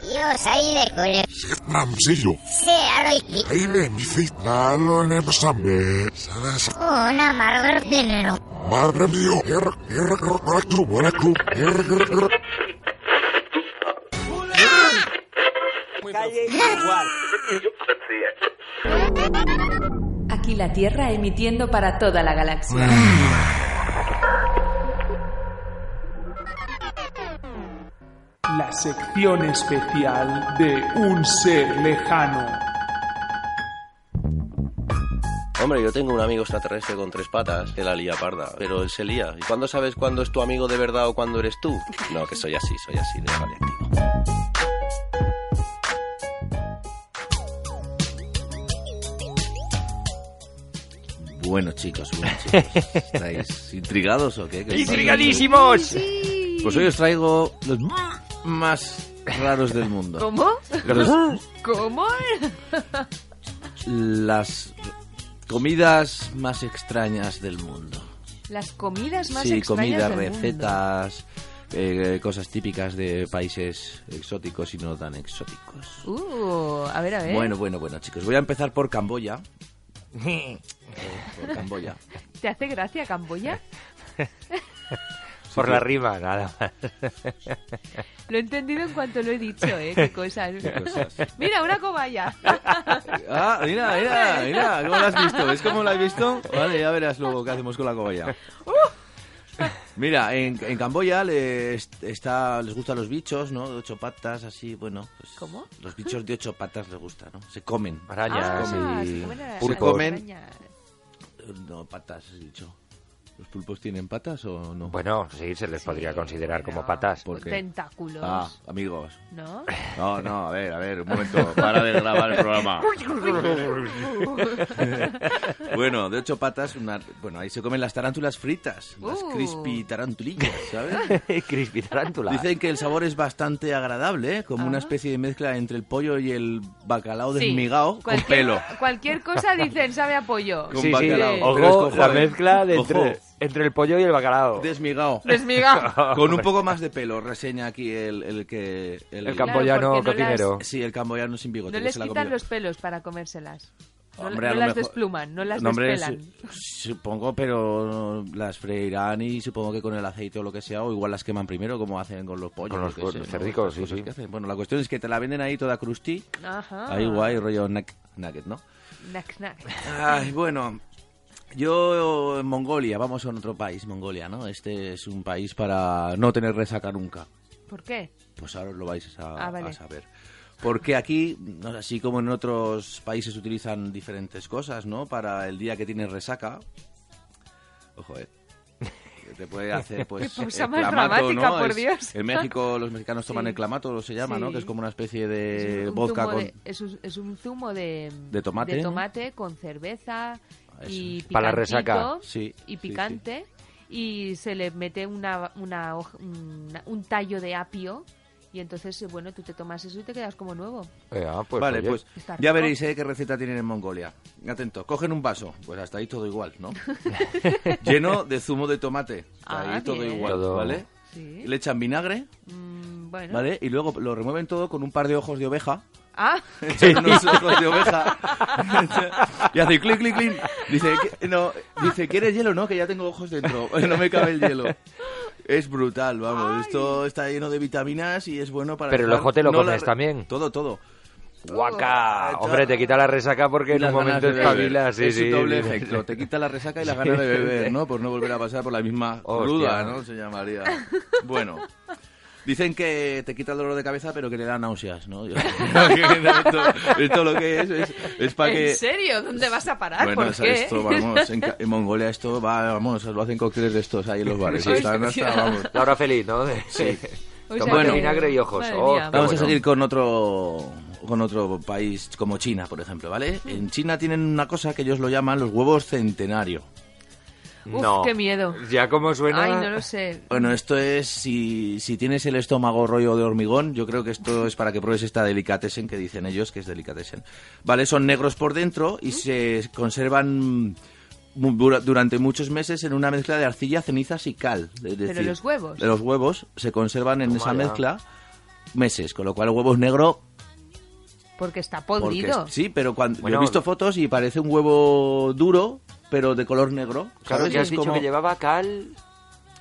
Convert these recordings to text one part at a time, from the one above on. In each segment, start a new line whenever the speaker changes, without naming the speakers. Carlos ahí de Cure.
Namsillo.
Se Aroiki.
Ahí me dice nalo en el sambe. ¿Sabes?
Oh, Una Margot de Nero.
Madre mía. Er, er, racru, racru, er, er, er.
Calle igual.
Aquí la Tierra emitiendo para toda la galaxia.
La sección especial de un ser lejano.
Hombre, yo tengo un amigo extraterrestre con tres patas que la lía parda, pero él se lía. ¿Y cuándo sabes cuándo es tu amigo de verdad o cuándo eres tú? No, que soy así, soy así de radiactivo. Bueno, chicos, bueno, chicos. ¿Estáis intrigados o qué? ¿Qué os parece?
¡Intrigadísimos!
Pues hoy os traigo los más raros del mundo.
¿Cómo?
Los-
¿Cómo?
las comidas más extrañas del mundo.
Las comidas más
sí,
extrañas
comidas,
del mundo.
recetas, eh, cosas típicas de países exóticos y no tan exóticos.
Uh, a ver, a ver.
Bueno, bueno, bueno, chicos, voy a empezar por Camboya. Eh, por Camboya.
¿Te hace gracia Camboya?
Por la rima, nada más.
Lo he entendido en cuanto lo he dicho, ¿eh? Qué cosas.
cosas.
Mira, una cobaya.
Ah, mira, mira, mira, ¿cómo la has visto? ¿Ves cómo la has visto? Vale, ya verás luego qué hacemos con la cobaya.
Uh.
Mira, en, en Camboya les, está, les gustan los bichos, ¿no? De ocho patas, así, bueno. Pues,
¿Cómo?
Los bichos de ocho patas les gustan, ¿no? Se comen.
Arañas
Ah,
y
se comen a-
pulpos.
se
comen.
extraña.
No, patas, he dicho. ¿Los pulpos tienen patas o no?
Bueno, sí, se les podría considerar como patas.
¿Por qué?
pues Tentáculos.
Ah, amigos.
¿No?
No, no, a ver, a ver, un momento, para de grabar el programa. bueno, de ocho patas, una- bueno, ahí se comen las tarántulas fritas, las
Uh.
crispy tarantulillas, ¿sabes?
Crispy tarántula.
Dicen que el sabor es bastante agradable, ¿eh? como una especie de mezcla entre el pollo y el bacalao
Sí.
desmigao con
Cualquier-
pelo.
Cualquier cosa dicen, sabe a pollo.
Con
sí, sí.
bacalao. Pero es
Ojo,
cojo,
la
¿eh?
mezcla de
Ojo.
entre, entre el pollo y el bacalao.
Desmigao.
Desmiga.
Con un poco más de pelo, reseña aquí el, el que...
El
campo-
camboyano
porque no
cocinero.
Sí, el camboyano sin bigote.
No
que
les
se la
quitan
comió.
los pelos para comérselas. No,
Hombre, a
no
lo
las
mejor-
despluman, no las
No, hombre,
despelan.
su- Supongo, pero las freirán y supongo que con el aceite o lo que sea, o igual las queman primero, como hacen con los pollos.
Con los
yo qué
cor-
sé,
cerdicos,
Las
sí,
cosas
sí.
que hacen. Bueno, la cuestión es que te la venden ahí toda crusty,
Ajá.
ahí guay, rollo nac- nugget, ¿no?
Knack, knack.
Ay, bueno. Yo en Mongolia, vamos a otro país, Mongolia, ¿no? Este es un país para no tener resaca nunca.
¿Por qué?
Pues ahora os lo vais a,
Ah, vale.
a saber. Porque aquí, no sé, así como en otros países utilizan diferentes cosas, ¿no? Para el día que tienes resaca. Ojo, eh. Que te puede hacer, pues.
Qué pausa
el
más
clamato,
dramática,
¿no?
por
Es-
Dios.
En México los mexicanos toman
Sí.
el clamato, se llama, ¿no?
Sí.
Que es como una especie
es,
de
un
Eh, vodka
zumo
con.
de- es un- es un zumo de,
De tomate, ¿no?
tomate con cerveza
eso
y
Para la resaca.
picantito
Sí, sí,
y picante. Y se le mete una, una hoja- una- un tallo de apio. Y entonces, eh, bueno, tú te tomas eso y te quedas como nuevo.
Eh, ah, pues,
vale,
oye.
pues
Está
ya
rico.
veréis ¿eh? qué receta tienen en Mongolia. Atento, cogen un vaso, pues hasta ahí todo igual, ¿no? Lleno de zumo de tomate, hasta
Ah,
ahí todo
bien.
igual,
Todo-
¿vale?
Sí.
Le echan vinagre,
Mm, bueno.
¿Vale? Y luego lo remueven todo con un par de ojos de oveja.
Ah,
Echan unos ojos de oveja. y hace clic, clic, clic. Dice, "¿Qué- no, dice, ¿quieres hielo? No, que ya tengo ojos dentro. No me cabe el hielo. Es brutal, vamos. Esto está lleno de vitaminas y es bueno para...
Pero el
dejar-
ojo te lo
no la
comes
re-
también.
Todo, todo.
¡Guaca! Hombre, te quita la resaca porque
oh, Y
en
las
un momento
ganas de beber.
espabilas. Sí,
es
sí,
un doble
dices,
efecto. Te quita la resaca y las ganas de beber, ¿no? Por no volver a pasar por la misma
Hostia.
ruda, ¿no? Se llamaría. Bueno. Dicen que te quita el dolor de cabeza, pero que te da náuseas, ¿no? Yo- esto, esto lo que es es, para que...
¿en serio? ¿Dónde vas a parar?
Bueno,
¿Por
o sea,
qué?
esto, vamos, en, Ca- en Mongolia esto va, vamos, lo hacen cócteles de estos ahí en los bares.
Sí,
Están hasta, vamos.
La hora feliz, ¿no? De-
O sea
Tomate,
Bueno.
vinagre y ojos.
Madre
Oh,
mía.
qué
Vamos
bueno.
a seguir con otro con otro país como China, por ejemplo, ¿vale? En China tienen una cosa que ellos lo llaman los huevos centenario.
Uf,
No.
qué miedo.
Ya como suena...
Ay, no lo sé.
Bueno, esto es si, si tienes el estómago rollo de hormigón, yo creo que esto es para que pruebes esta delicatessen que dicen ellos que es delicatessen. Vale, son negros por dentro y se conservan mu- dura- durante muchos meses en una mezcla de arcilla, cenizas y cal. Es decir,
los huevos.
de los huevos se conservan en esa
ya.
mezcla meses, con lo cual el huevo es negro
Porque está
porque
podrido.
es- sí, pero cuando yo
Bueno,
he visto fotos y parece un huevo duro, pero de color negro.
Claro,
¿sabes?
que has
Es
dicho
como
que llevaba cal.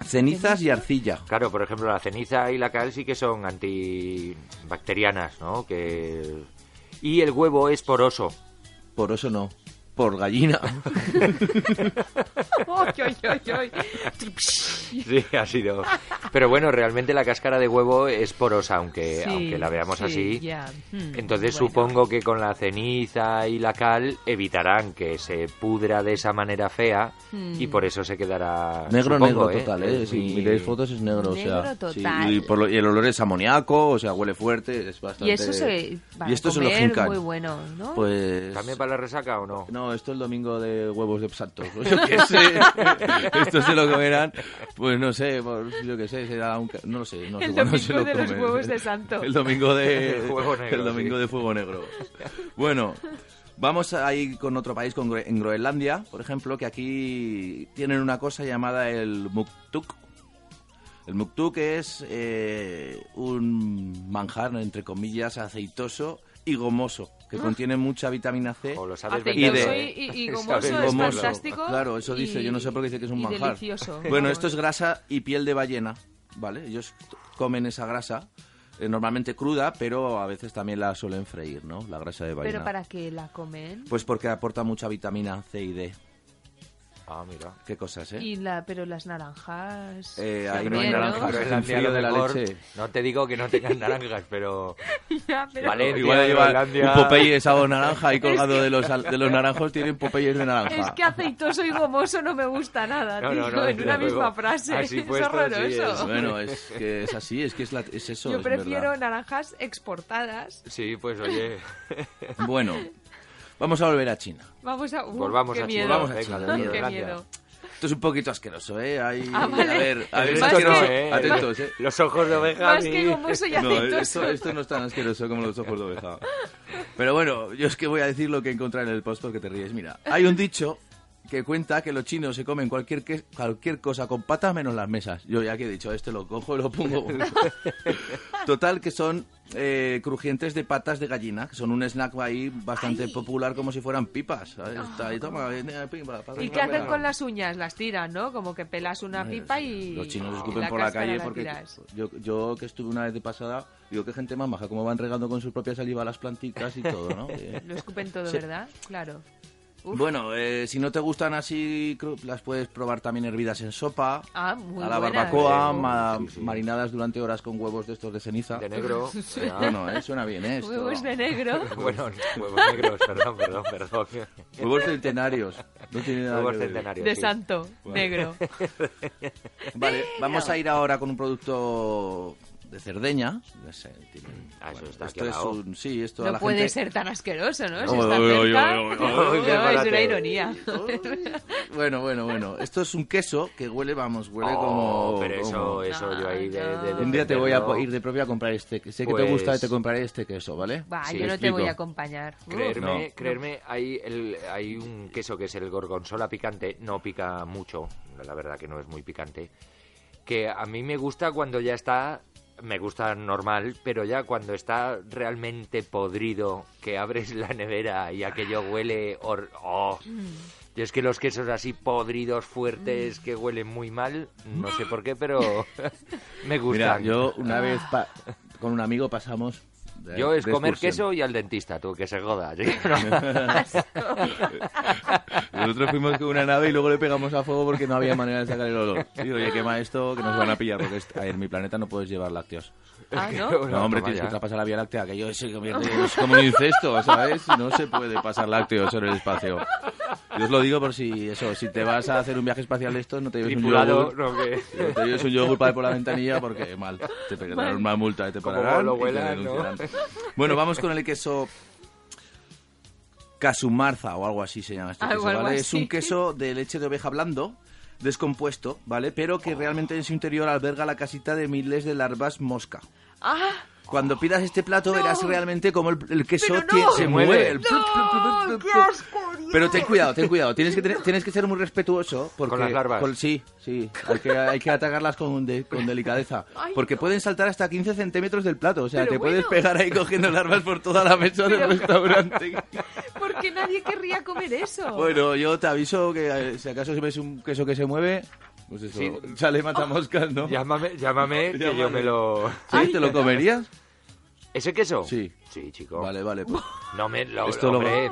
cenizas y arcilla.
Claro, por ejemplo, la ceniza y la cal sí que son antibacterianas, ¿no? Que... Y el huevo es poroso.
Por eso no, por gallina.
Oy, oy, oy, oy.
Sí, ha sido. Pero bueno, realmente la cáscara de huevo es porosa, aunque,
Sí,
eh, aunque la veamos
sí,
así.
ya. Hmm,
Entonces
bueno.
supongo que con la ceniza y la cal evitarán que se pudra de esa manera fea y
Mm.
por eso se quedará
Negro,
supongo,
negro total, Ah, ¿eh?
Es
Si
muy-
miráis fotos es negro, o sea.
Negro
sí,
total.
y, por lo- y el olor es amoníaco, o sea, huele fuerte, es bastante...
Y eso se va
Y esto
a
se lo
comer
jincan.
muy bueno, ¿no?
Pues...
¿También para la resaca o no?
No, esto es el domingo de huevos de santo. Yo qué sé. esto se lo comerán. Pues no sé, pues, yo qué sé, será un ca- No lo sé, no sé
El
cuándo se
domingo
lo
de los
comen.
huevos de santo.
El domingo de...
El huevo negro,
el domingo
sí.
de fuego negro. Bueno... Vamos a ir con otro país, con Gro- en Groenlandia, por ejemplo, que aquí tienen una cosa llamada el muktuk. El muktuk es eh, un manjar, entre comillas, aceitoso y gomoso, que
Ah.
contiene mucha vitamina C.
O lo sabes
Aceitoso
¿eh? Y
venderlo,
de-
¿eh?
y, y
Sabes
gomoso es
venderlo.
Gomoso.
fantástico.
Claro, eso dice,
y-
yo no sé por qué dice que es un
y
manjar.
delicioso.
Bueno, esto es grasa y piel de ballena, ¿vale? Ellos t- comen esa grasa, eh, normalmente cruda, pero a veces también la suelen freír, ¿no? La grasa de ballena.
Pero para qué la comen.
Pues porque aporta mucha vitamina C y D.
Ah, mira.
Qué cosas, ¿eh?
Y la, pero las naranjas.
Eh,
también,
ahí no hay
¿no?
naranjas.
Pero
es
en la
un frío de la
mejor,
leche.
No te digo que no tengan naranjas, pero...
Ya, pero-
Vale. Valencia,
Eh, Igual lleva
Groenlandia.
un Popeye sabor naranja y colgado de los, al- de los naranjos tienen Popeyes de naranja.
Es que aceitoso y gomoso no me gusta nada,
No,
tío,
no, no,
en
desde
una
luego.
misma frase.
Así
es
puesto, sí,
horroroso.
es-
Bueno, es que es así, es que es, la- es eso.
Yo
es
prefiero
verdad.
naranjas exportadas.
Sí, pues oye...
Bueno, vamos a volver a China.
Vamos a. Uh,
Volvamos
qué
a
miedo.
China.
Volvamos a
venga,
China,
de
Qué
miedo,
Groenlandia.
miedo.
Esto es un poquito asqueroso, ¿eh? Ahí-
Ah, vale.
A ver, a ver,
Es
es
Más
asqueroso.
que-
¿eh?
Atentos, ¿eh?
Los ojos de oveja... a
Más
mí-
que gomoso y
No,
aceitoso.
esto, esto no es tan asqueroso como los ojos de oveja. Pero bueno, yo es que voy a decir lo que encontré en el post porque te ríes. Mira, hay un dicho que cuenta que los chinos se comen cualquier, que- cualquier cosa con patas menos las mesas. Yo ya que he dicho, este lo cojo y lo pongo. Total, que son eh, crujientes de patas de gallina, que son un snack ahí bastante popular como si fueran pipas. ¿sabes? Está ahí, toma, venga, pipa, pasa
Ah. ¿Y
una
qué hacen
pena.
con las uñas? Las tiran, ¿no? Como que pelas una
Ay,
pipa
sí,
y.
Los chinos
y
escupen por la
cáscara
calle porque
tiras.
yo, yo que estuve una vez de pasada, digo que gente más maja, cómo van regando con su propia saliva las plantitas y todo, ¿no? Eh,
Lo escupen todo,
Sí.
¿verdad? Claro. Uf.
Bueno, eh, si no te gustan así, cru- las puedes probar también hervidas en sopa,
Ah, muy
a la
buenas.
barbacoa,
Sí,
ma-
sí, sí.
marinadas durante horas con huevos de estos de ceniza.
De negro.
Eh,
ya.
Bueno, eh, suena bien, ¿eh? Esto.
Huevos de negro.
Bueno, huevos negros, perdón, perdón, perdón.
Huevos centenarios. No tiene nada
Huevos
que ver.
centenarios.
De
sí.
santo, negro.
Vale, vamos a ir ahora con un producto de Cerdeña. No sé, tiene-
Ah, eso está aquí
esto
al
es
lado.
un- sí, esto a
No
la
puede
gente-
ser tan asqueroso, ¿no? Si
Oy,
está
oy, oy,
cerca.
oy, oy,
oy, oy,
No, es
qué
una
barate.
ironía.
Bueno, bueno, bueno. Esto es un queso que huele, vamos, huele
Oh,
como...
pero eso,
como-
eso yo ahí de, de- de
Un día te voy a po-
defenderlo,
ir de propia a comprar este. que Sé que
Pues-
te gusta y te compraré este queso, ¿vale?
Va,
Sí,
yo no te
explico.
voy a acompañar. Uf.
Creerme,
No.
creerme, hay, el- hay un queso que es el gorgonzola picante, no pica mucho, la verdad que no es muy picante, que a mí me gusta cuando ya está, me gusta normal, pero ya cuando está realmente podrido, que abres la nevera y aquello huele... hor- oh. Yo es que los quesos así podridos, fuertes, que huelen muy mal, no sé por qué, pero me
Mira,
gustan.
yo
Ah.
una vez pa- con un amigo pasamos... de-
Yo es
de
comer
excursión.
queso y al dentista, tú, que se joda. ¿sí? No.
Nosotros fuimos con una nave y luego le pegamos a fuego porque no había manera de sacar el olor. Y oye, quema esto que nos van a pillar porque es- a ver, en mi planeta no puedes llevar lácteos.
Ah, ¿no?
No, hombre,
toma
tienes
ya.
que traspasar la Vía Láctea, que yo se convierte- es como un incesto, ¿sabes? No se puede pasar lácteos en el espacio. Yo os lo digo por si eso, si te vas a hacer un viaje espacial de estos, no te lleves un
Tripulado,
yogur.
no, que...
No te lleves un yogur para ir por la ventanilla porque mal, te pegarán una multa y te
Como
pararán
lo
y te
huelan, ¿no?
denunciarán. Bueno, vamos con el queso casumarza o algo así se llama este
Algo,
queso,
algo
¿vale? Es
así.
un queso de leche de oveja blando descompuesto, ¿vale? Pero que realmente en su interior alberga la casita de miles de larvas mosca.
¡Ah!
Cuando pidas este plato verás realmente cómo el, el queso
Pero no.
tie- se
Se
mueve.
mueve.
El-
¡No! ¡Qué asco! Dios!
Pero ten cuidado, ten cuidado. Tienes que, tener- tienes que ser muy respetuoso. Porque,
las larvas.
con- sí, sí. Hay que, hay que atacarlas con, de- con delicadeza.
Ay,
porque
no.
pueden saltar hasta 15 centímetros del plato. O sea,
Pero
te
bueno.
puedes pegar ahí cogiendo larvas por toda la mesa
Pero-
del restaurante.
Porque nadie querría comer eso.
bueno, yo te aviso que eh, si acaso ves un queso que se mueve, pues eso,
Sí.
sale matamoscas, ¿no?
Llámame, llámame, que yo
Llámame.
me lo...
¿Sí? ¿Te lo comerías?
¿Ese queso?
Sí.
Sí, chico.
Vale, vale. pues.
No me lo...
Esto lo-
hombre,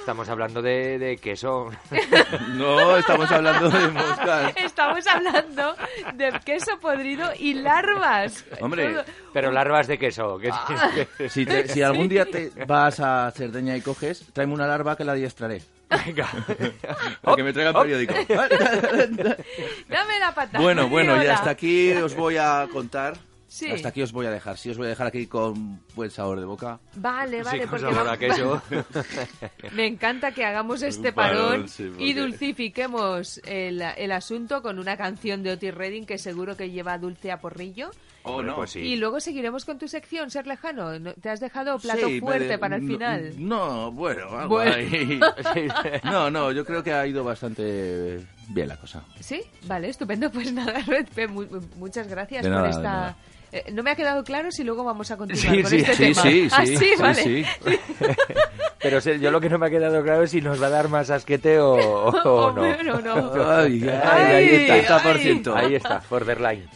Estamos hablando de, de queso.
No, estamos hablando de moscas.
Estamos hablando de queso podrido y larvas.
Hombre,
Todo-
Pero larvas de queso. que-
Ah.
Si, te- si algún día te vas a Cerdeña y coges, tráeme una larva que la adiestraré.
Venga.
Para que me
Oh,
traiga el periódico.
Dame la patada.
bueno, bueno,
Hola.
ya hasta aquí os voy a contar.
Sí.
Hasta aquí os voy a dejar. Sí, os voy a dejar aquí con buen sabor de boca.
Vale, vale,
Sí, con
porque
sabor a
va-
queso.
me encanta que hagamos este
parón,
parón,
sí, porque-
y dulcifiquemos el, el asunto con una canción de Otis Redding que seguro que lleva dulce a porrillo.
Oh,
Hombre, pues sí.
Y luego seguiremos con tu sección, Ser Lejano. No- Te has dejado plato fuerte para el final.
No, bueno, algo
Bueno.
ahí. No, no, yo creo que ha ido bastante bien la cosa.
Sí, vale, estupendo. Pues nada, Red P, mu- mu- muchas gracias
De nada,
por
de
esta.
nada.
Eh, no me ha quedado claro si luego vamos a continuar
Sí,
con
sí,
este
sí,
tema.
sí,
Ah,
sí,
sí,
sí,
vale.
sí.
Pero sé, yo lo que no me ha quedado claro es si nos va a dar más asquete o, o
Oh,
no.
bueno, no.
Ay, ay,
Ay,
ahí está,
ay.
80%.
Ahí está, borderline.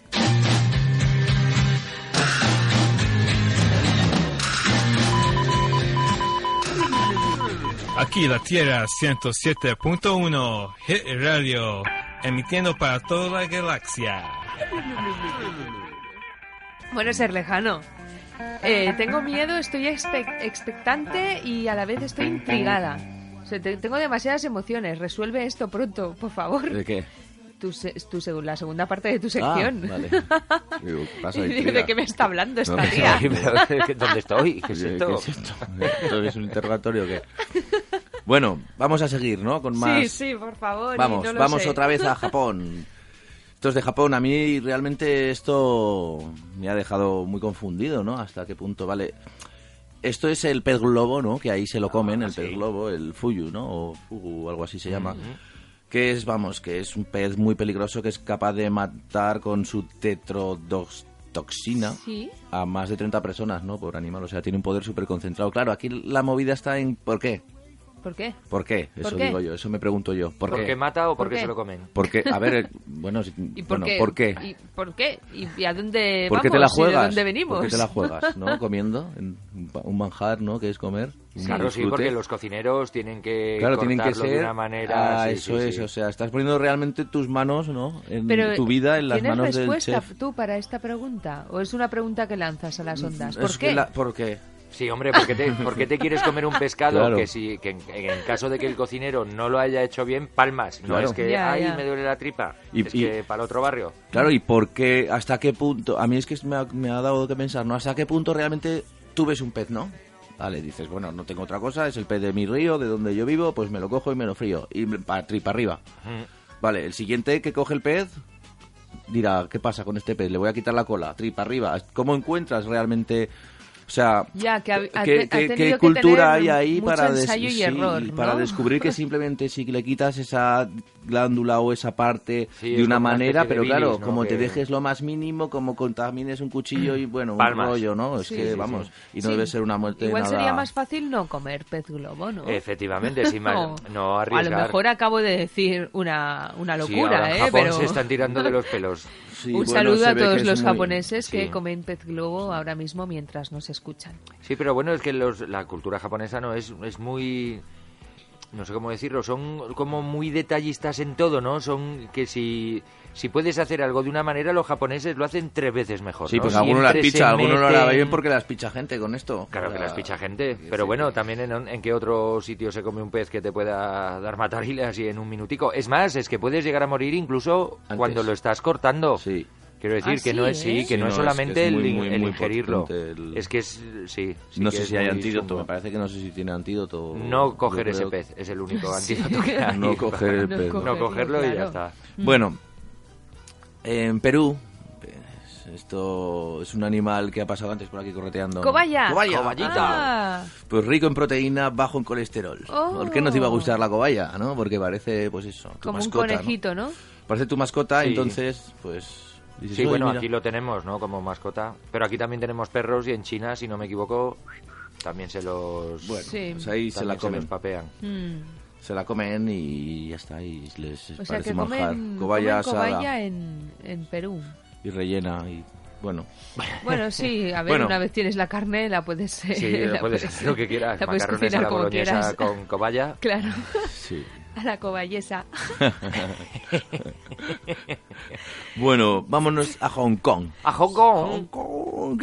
Aquí la Tierra 107.1 Hit Radio, emitiendo para toda la galaxia.
Bueno, ser lejano. Eh, tengo miedo, estoy expec- expectante y a la vez estoy intrigada. O sea, te- tengo demasiadas emociones. Resuelve esto pronto, por favor.
¿De qué?
Tu se- tu segu- la segunda parte de tu sección.
Eh. Ah, vale. Digo, ¿qué
Y
pasa,
digo,
intriga?
¿De qué me está hablando esta
No,
tía?
Ay, pero, ¿Dónde estoy? ¿Qué es
Oye,
esto?
¿Qué es esto? ¿Esto es un interrogatorio o qué? Bueno, vamos a seguir, ¿no? Con más...
Sí, sí, por favor. y
Vamos,
no lo
vamos
sé.
otra vez a Japón. Estos de Japón, a mí realmente esto me ha dejado muy confundido, ¿no? Hasta qué punto, vale. Esto es el pez globo, ¿no? Que ahí se lo comen, el pez globo, el fuyu, ¿no? O fugu, algo así se llama. Que es, vamos, que es un pez muy peligroso que es capaz de matar con su tetrodotoxina
Sí.
a más de 30 personas, ¿no? Por animal, o sea, tiene un poder súper concentrado. Claro, aquí la movida está en ¿por qué?
¿Por qué?
¿Por qué? Eso
qué?
digo yo, eso me pregunto yo. ¿Por,
¿Por
qué?
qué mata o por,
¿Por
qué?
qué?
se lo comen?
Porque, a ver, eh, bueno, si-
¿Y por
bueno,
qué?
¿por qué?
¿Y por qué? ¿Y, y a dónde
¿Por qué
vamos?
te la
¿Y
juegas?
de dónde venimos?
¿Por qué te la juegas, no? Comiendo en un pa- un manjar, ¿no? Que es comer. un
Claro, sí,
Pues disfrute.
porque los cocineros tienen que
Claro, tienen que
cortarlo
ser.
de una manera...
Ah,
sí,
eso
sí,
es,
sí.
o sea, estás poniendo realmente tus manos, ¿no? En
Pero,
tu vida, en las
¿tienes
manos del
respuesta
chef.
tú para esta pregunta? ¿O es una pregunta que lanzas a las ondas? ¿Por
Es que
qué?
la- ¿Por qué?
Sí, hombre, ¿por qué te, por qué te quieres comer un pescado
Claro.
que si que en, en caso de que el cocinero no lo haya hecho bien, palmas? No
Claro.
es que,
Ya,
ay,
ya.
me duele la tripa,
Y-
es
y-
que para otro barrio.
Claro, ¿y por qué? ¿Hasta qué punto? A mí es que me ha, me ha dado que pensar, ¿no? ¿Hasta qué punto realmente tú ves un pez, no? Vale, dices, bueno, no tengo otra cosa, es el pez de mi río, de donde yo vivo, pues me lo cojo y me lo frío. Y para tripa arriba. Vale, el siguiente que coge el pez dirá, ¿qué pasa con este pez? Le voy a quitar la cola, tripa arriba. ¿Cómo encuentras realmente...? O sea,
Ya, que ha- ha
¿qué,
te- ha
qué-
tenido
qué
que
cultura hay
tener
ahí
mucho
para, des-
ensayo y
sí,
error,
y para
¿no?
descubrir que simplemente si le quitas esa glándula o esa parte
Sí,
de
es
una
como una
manera,
especie de
pero claro,
bilis, ¿no?
como te
que-
dejes lo más mínimo, como contamines un cuchillo y bueno, un
Palmas.
rollo, ¿no? Es
Sí,
que
sí,
vamos, y
Sí,
no debe ser una muerte
Igual
nada-
sería más fácil no comer pez globo, ¿no?
Efectivamente, sí, más-
No.
no
a lo
arriesgar.
mejor acabo de decir una, una
Sí,
locura,
ahora en
¿eh?
Japón
pero...
se están tirando de los pelos.
Sí,
Un
bueno,
saludo
se
a
ve que
todos
es
los
muy-
japoneses que
sí.
comen pez globo ahora mismo mientras nos escuchan.
Sí, pero bueno, es que los- la cultura japonesa no es, es muy... No sé cómo decirlo, son como muy detallistas en todo, ¿no? Son que si, si puedes hacer algo de una manera, los japoneses lo hacen tres veces mejor.
Sí,
¿no?
pues alguno las
Siempre se
picha, alguno no la ve bien
meten-
porque las picha gente con esto.
Claro que
O sea,
las picha gente,
sí,
pero
sí,
bueno,
sí.
también en, en qué otro sitio se come un pez que te pueda dar matariles y en un minutico. Es más, es que puedes llegar a morir incluso
Antes.
cuando lo estás cortando.
Sí.
Quiero decir
Ah,
que no
sí,
es
¿eh?
sí, que
Sí,
no
no,
es
es
solamente
que es
el,
muy, muy,
el
muy
ingerirlo.
potente el-
Es que es sí. sí
no
que
sé
es
si hay
muy
antídoto,
chungo.
me parece que no sé si tiene antídoto.
No coger
Yo
ese
creo-
pez es el único antídoto que hay.
No coger el
No
pez.
coger.
No cogerlo y ya
Claro.
está.
Mm.
Bueno, en Perú, pues, esto es un animal que ha pasado antes por aquí correteando.
Cobaya.
Cobaya.
Ah,
Pues rico en proteína, bajo en colesterol.
Oh.
¿Por qué no te iba a gustar la cobaya, no? Porque parece, pues eso, tu
como un
mascota, ¿no?
conejito, ¿no?
Parece tu mascota,
Sí.
entonces, pues... dices,
Sí,
"Uy,
bueno,
mira".
aquí lo tenemos, ¿no? Como mascota. Pero aquí también tenemos perros y en China, si no me equivoco, también se los
Bueno,
Sí.
pues ahí se
también
la
se
comen.
los papean.
Mm.
Se la comen y ya está, y les
O sea
parece
que
manjar.
comen
Cobaya
cobaya,
asada
cobaya en, en Perú.
y rellena y... Bueno,
Bueno, sí, a ver,
Bueno.
una vez tienes la carne, la puedes... eh,
Sí,
la
puedes hacer lo que quieras.
La puedes
Macarrones a
cocinar
la
como
boloñesa
quieras.
con cobaya.
Claro,
sí.
a la cobayesa.
Bueno, vámonos a Hong Kong.
¡A Hong Kong!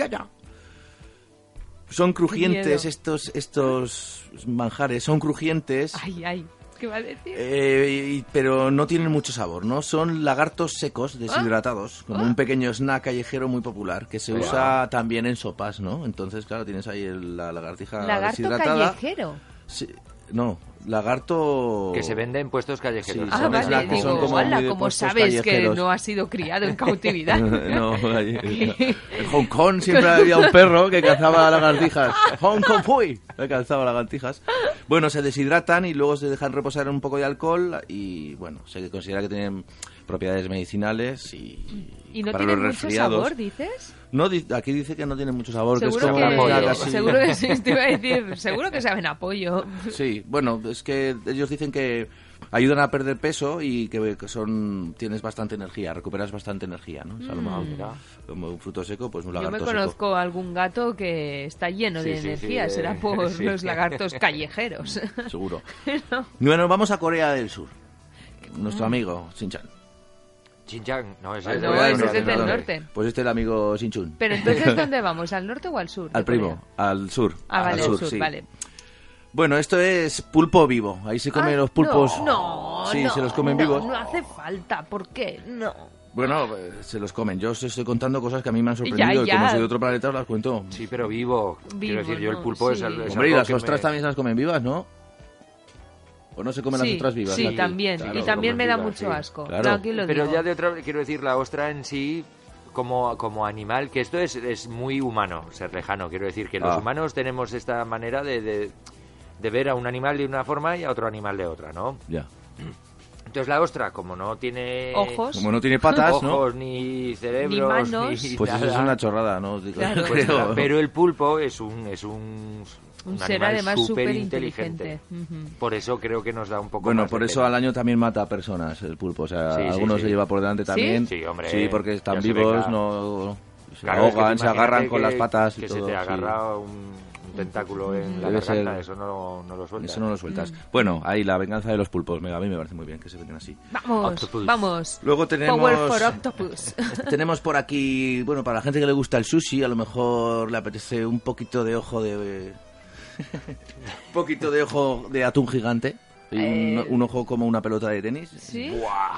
Son
Qué
crujientes
miedo.
estos, estos manjares, son crujientes,
Ay, ay, ¿qué va a decir?
eh, y- pero no tienen mucho sabor, ¿no? Son lagartos
Ah.
secos, deshidratados, como un pequeño snack callejero muy popular, que se usa también en sopas, ¿no? Entonces, claro, tienes ahí el- la lagartija
Lagarto
Ah, deshidratada.
callejero.
Sí, no, lagarto...
Que se vende en puestos callejeros.
Sí,
Ah,
son
vale,
snacks que
digo,
son como muy
"Hala,
de
como
puestos
sabes que
callejeros".
no ha sido criado en cautividad.
no, ahí- en Hong Kong siempre había un perro que cazaba lagartijas. Hong Kong fui, que cazaba lagartijas. Bueno, se deshidratan y luego se dejan reposar en un poco de alcohol y bueno, se considera que tienen propiedades medicinales y,
Y no
para
tiene
los
mucho
resfriados.
sabor, dices.
No, di- aquí dice que no tiene mucho sabor,
Seguro
que es como
que,
una
pollo.
comida casi-
seguro que sí, te iba a decir, seguro que saben apoyo.
Sí, bueno, es que ellos dicen que ayudan a perder peso y que que son tienes bastante energía, recuperas bastante energía, ¿no? Es a lo mejor,
Ah, mira.
como un fruto seco, pues un
Mm. Yo
lagarto
me
seco.
conozco a algún gato que está lleno
Sí,
de
sí, sí,
energía,
de-
será por
sí.
los lagartos callejeros.
seguro. Bueno, vamos a Corea del Sur. Nuestro amigo Shin-chan.
Xinjiang, no, ese
Ah,
es
Mm. no,
de-
ese es
de-
del
de-
norte.
Pues este es el amigo Shin-chun.
Pero entonces, ¿dónde vamos? ¿Al norte o al sur? de
Al primo,
Corea?
al sur.
Ah, vale,
al
al sur,
sí.
vale.
Bueno, esto es pulpo vivo. Ahí se comen
Ah,
los pulpos.
No, no,
Sí, se los comen
no,
vivos.
No hace falta, ¿por qué? No.
Bueno, eh, se los comen. Yo os estoy contando cosas que a mí me han sorprendido y
ya.
como soy de otro planeta os las cuento.
Sí, pero vivo. Quiero
Vivo,
decir, yo el
no,
pulpo es,
sí.
al- es
Hombre, y
algo
las
que me-
ostras también se las comen vivas, ¿no? ¿O no se comen
sí,
las ostras vivas?
sí,
Aquí?
también.
Claro,
y
se
también
comen
me da
vivas,
mucho
sí.
asco.
Claro.
No, aquí lo
Pero
digo.
ya de otra quiero decir, la ostra en sí, como, como animal, que esto es, es muy humano, ser lejano. Quiero decir que los
Ah.
humanos tenemos esta manera de, de, de ver a un animal de una forma y a otro animal de otra, ¿no?
Ya.
Entonces la ostra, como no tiene
Ojos.
Como no tiene patas, ¿no?
ojos, ni cerebros,
Ni manos.
Pues eso
nada.
es una chorrada, ¿no? Digo,
Claro.
Pues
creo.
nada, pero el pulpo es un es un,
Un
un
ser
animal
además
superinteligente.
superinteligente. Ujú.
Por eso creo que nos da un poco
Bueno,
más
por
de
eso
pena.
al año también mata personas el pulpo. O sea,
Sí, sí,
algunos
sí.
se lleva por delante
¿Sí?
también.
Sí, hombre,
Sí, porque están
ya se
vivos,
venga.
no. Se
Claro, es que
ahogan,
tú
se agarran
imagínate
con
que-
las patas y
que
todo,
se te
sí.
agarra un, un tentáculo en la
Debe
garganta,
ser-
eso no, no lo suelta.
Eso no lo sueltas. Bueno, ahí la venganza de los pulpos. Mega, a mí me parece muy bien que se vengan así.
Vamos,
Octopus.
vamos.
Luego tenemos-
Power for Octopus.
Tenemos por aquí, bueno, para la gente que le gusta el sushi, a lo mejor le apetece un poquito de ojo de. un poquito de ojo de atún gigante. Y un, un ojo como una pelota de tenis.
¿Sí?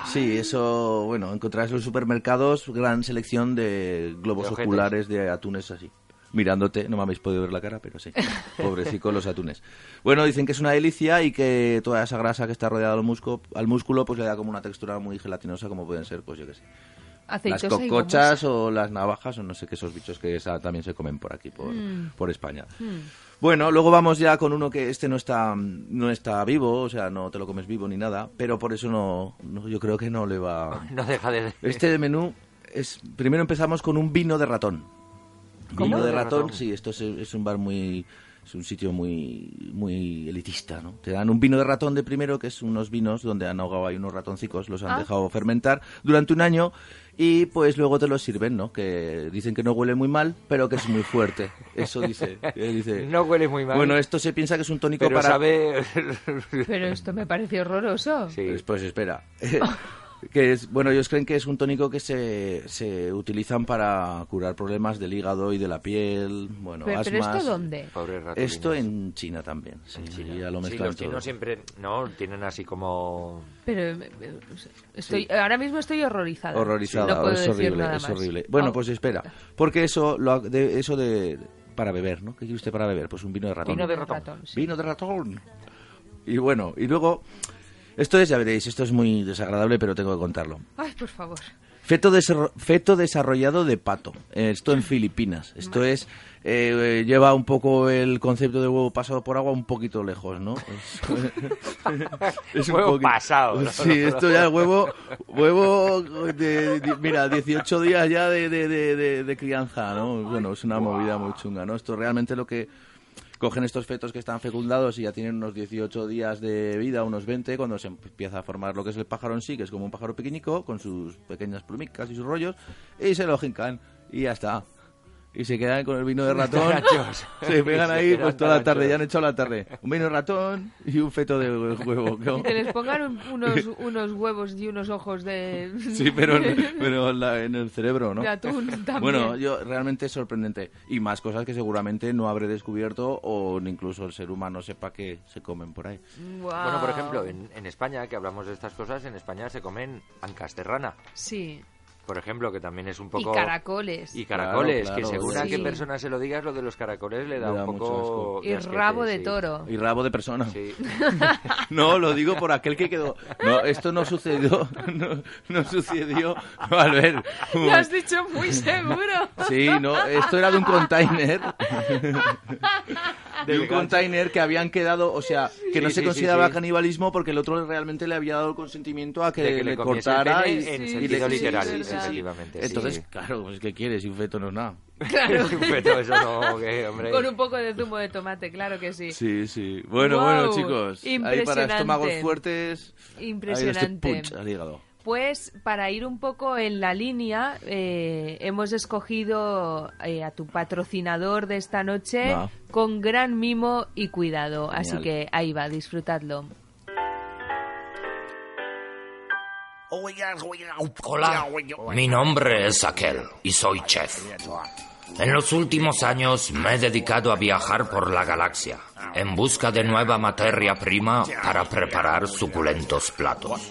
Sí, eso, bueno, encontrarás en los supermercados gran selección de globos
De ojetes.
oculares de atunes así. Mirándote, no me habéis podido ver la cara, pero sí. Pobrecicos los atunes. Bueno, dicen que es una delicia y que toda esa grasa que está rodeada al músculo, al músculo pues le da como una textura muy gelatinosa, como pueden ser, pues yo qué sé. Las
Aceitosa y
cocochas o las navajas o no sé qué, esos bichos que esa- también se comen por aquí, por,
Mm.
por España. Bueno, luego vamos ya con uno que este no está, no está vivo, o sea, no te lo comes vivo ni nada, pero por eso no, no- yo creo que no le va...
No deja de...
Este menú es... Primero empezamos con un vino de ratón. Vino de
¿De
ratón,
ratón?
sí, esto es, es un bar muy... Es un sitio muy, muy elitista, ¿no? Te dan un vino de ratón de primero, que es unos vinos donde han ahogado ahí unos ratoncicos, los han
Ah.
dejado fermentar durante un año y pues luego te los sirven, ¿no? Que dicen que no huele muy mal, pero que es muy fuerte. Eso dice. eh, dice.
No huele muy mal.
Bueno, esto se piensa que es un tónico
Pero
para...
sabe...
Pero esto me parece horroroso.
sí.
Pues espera. Que es, bueno, ellos creen que es un tónico que se, se utilizan para curar problemas del hígado y de la piel, bueno,
Pero, pero
asmas.
¿esto dónde?
Pobres ratolinos.
Esto en China también, sí,
China.
ya lo
Sí,
mezclan
los
todo.
chinos siempre, ¿no? Tienen así como...
Pero eh, eh, estoy, ahora mismo estoy horrorizada.
Horrorizada,
No puedo
es
decir nada
horrible, es
más.
horrible. Bueno,
Ah,
pues espera, porque eso, lo ha- de, eso de para beber, ¿no? ¿Qué quiere usted para beber? Pues un vino de ratón.
Vino de ratón.
sí.
Vino de ratón. Y bueno, y luego, esto es, ya veréis, esto es muy desagradable, pero tengo que contarlo.
Ay, por favor.
Feto, desarro- feto desarrollado de pato. Eh, Esto en Filipinas. Esto es. eh, eh, lleva un poco el concepto de huevo pasado por agua un poquito lejos, ¿no? Es,
Huevo pasado, ¿no?
Sí, esto ya huevo. Huevo. de- de- mira, 18 días ya de, de- de- de- de crianza, ¿no? Bueno, es una movida muy chunga, ¿no? Esto realmente lo que. Cogen estos fetos que están fecundados y ya tienen unos 18 días de vida, unos 20, cuando se empieza a formar lo que es el pájaro en sí, que es como un pájaro pequeñico, con sus pequeñas plumicas y sus rollos, y se lo jincan, y ya está. Y se quedan con el vino de ratón.
Tarachos.
se pegan
Se
ahí
quedan
pues toda la tarde,
tarachos.
ya han echado la tarde. Un vino de ratón y un feto de huevo. ¿no?
Y que les pongan un- unos, unos huevos y unos ojos de...
Sí, pero, en- pero en la- en el cerebro, ¿no?
de atún también.
Bueno, yo realmente es sorprendente. Y más cosas que seguramente no habré descubierto o ni incluso el ser humano sepa que se comen por ahí.
Guau.
Bueno, por ejemplo, en, en España, que hablamos de estas cosas, en España se comen ancas de rana,
Sí.
por ejemplo, que también es un
Y
poco...
caracoles.
Y
Y,
caracoles,
Claro, claro.
que según a
Sí.
qué persona se lo digas, lo de los caracoles le da,
Le da
un
mucho asco.
poco... asquete,
rabo de
sí.
toro.
Y rabo de persona.
Sí.
No, lo digo por aquel que quedó. No, esto no sucedió. No, no sucedió. No, al ver.
Lo has dicho muy seguro.
Sí, no, esto era de un container. De un container que habían quedado, o sea, que no
Sí,
se
sí,
consideraba
sí, sí.
canibalismo porque el otro realmente le había dado el consentimiento a que,
De que
le,
le comiese el
cortara
pene
y,
en
y
sentido
le-
literal,
sí, verdad.
efectivamente, sí.
Entonces, claro, pues, ¿qué quieres? Si un feto no es nada.
Pero eso no, que, hombre...
Con un poco de zumo de tomate, claro que sí.
Sí, sí. Bueno,
Guau,
bueno, chicos. Ahí para
impresionante.
estómagos fuertes. ahí
Impresionante.
este punch al hígado.
Pues para ir un poco en la línea, eh, hemos escogido eh, a tu patrocinador de esta noche
Va.
con gran mimo y cuidado.
Genial.
Así que ahí va, disfrutadlo.
Hola, mi nombre es Aquel y soy chef. En los últimos años me he dedicado a viajar por la galaxia en busca de nueva materia prima para preparar suculentos platos.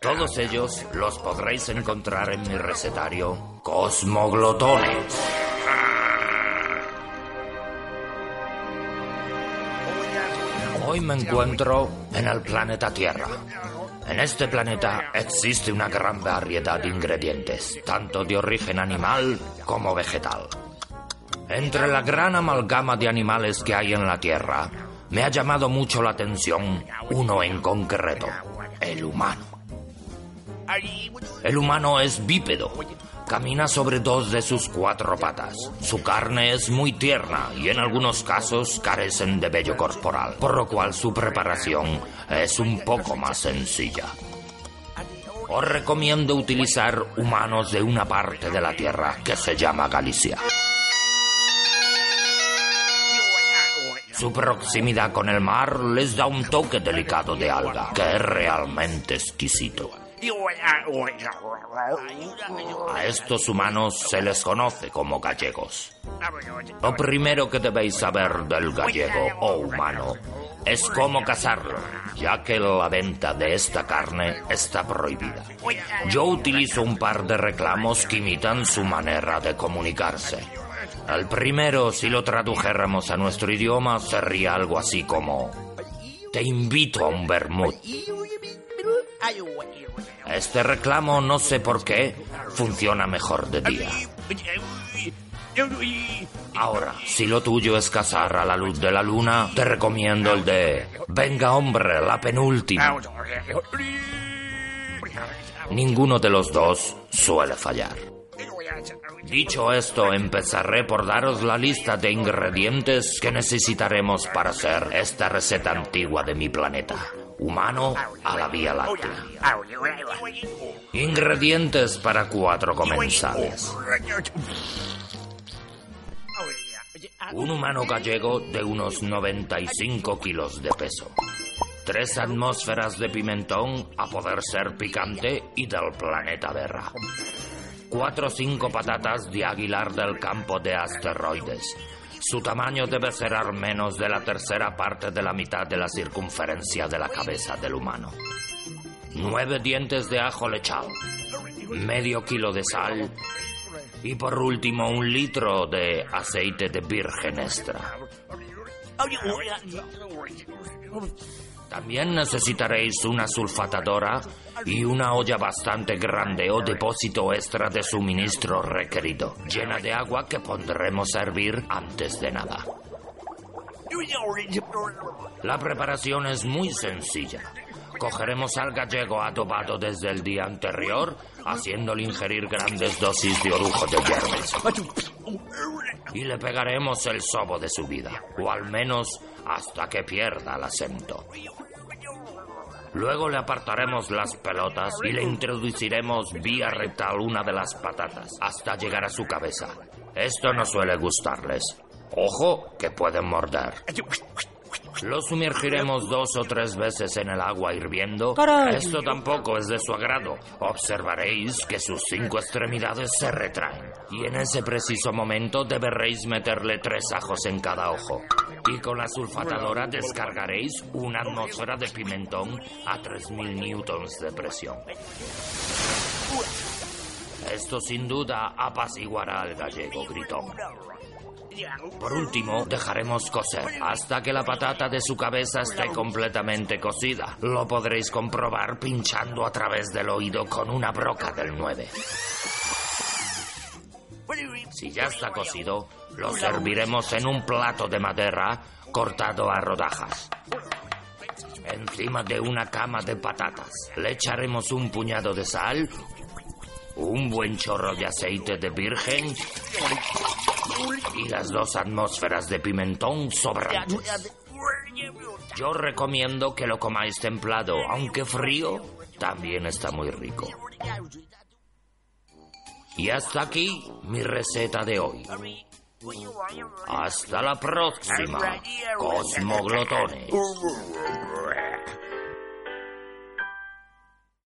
Todos ellos los podréis encontrar en mi recetario Cosmoglotones. Hoy me encuentro en el planeta Tierra. En este planeta existe una gran variedad de ingredientes, tanto de origen animal como vegetal. Entre la gran amalgama de animales que hay en la Tierra, me ha llamado mucho la atención uno en concreto, el humano. El humano es bípedo. Camina sobre dos de sus cuatro patas. Su carne es muy tierna y en algunos casos carecen de vello corporal, por lo cual su preparación es un poco más sencilla. Os recomiendo utilizar humanos de una parte de la Tierra que se llama Galicia. Su proximidad con el mar les da un toque delicado de alga, que es realmente exquisito. A estos humanos se les conoce como gallegos. Lo primero que debéis saber del gallego o humano es cómo cazarlo, ya que la venta de esta carne está prohibida. Yo utilizo un par de reclamos que imitan su manera de comunicarse. El primero, si lo tradujéramos a nuestro idioma, sería algo así como... Te invito a un vermut. Este reclamo, no sé por qué, funciona mejor de día. Ahora, si lo tuyo es cazar a la luz de la luna, te recomiendo el de Venga hombre, la penúltima. Ninguno de los dos suele fallar. Dicho esto, empezaré por daros la lista de ingredientes que necesitaremos para hacer esta receta antigua de mi planeta, humano a la Vía Láctea. Ingredientes para cuatro comensales. Un humano gallego de unos 95 kilos de peso. Tres atmósferas de pimentón a poder ser picante y del planeta Berra. Cuatro o cinco patatas de aguilar del campo de asteroides. Su tamaño debe ser al menos de la tercera parte de la mitad de la circunferencia de la cabeza del humano. Nueve dientes de ajo lechado. Medio kilo de sal. Y por último un litro de aceite de virgen extra. También necesitaréis una sulfatadora y una olla bastante grande o depósito extra de suministro requerido, llena de agua que pondremos a hervir antes de nada. La preparación es muy sencilla. Cogeremos al gallego adobado desde el día anterior, haciéndole ingerir grandes dosis de orujo de hierbas. Y le pegaremos el sobo de su vida, o al menos hasta que pierda el acento. Luego le apartaremos las pelotas y le introduciremos vía rectal una de las patatas hasta llegar a su cabeza. Esto no suele gustarles. Ojo, que pueden morder. Lo sumergiremos dos o tres veces en el agua hirviendo. Esto tampoco es de su agrado. Observaréis que sus cinco extremidades se retraen. Y en ese preciso momento deberéis meterle tres ajos en cada ojo. Y con la sulfatadora descargaréis una atmósfera de pimentón a 3.000 newtons de presión. Esto sin duda apaciguará al gallego gritón. Por último, dejaremos cocer hasta que la patata de su cabeza esté completamente cocida. Lo podréis comprobar pinchando a través del oído con una broca del 9. Si ya está cocido, lo serviremos en un plato de madera cortado a rodajas. Encima de una cama de patatas le echaremos un puñado de sal, un buen chorro de aceite de virgen y las dos atmósferas de pimentón sobrantes. Yo recomiendo que lo comáis templado, aunque frío también está muy rico. Y hasta aquí mi receta de hoy. Hasta la próxima, cosmoglotones.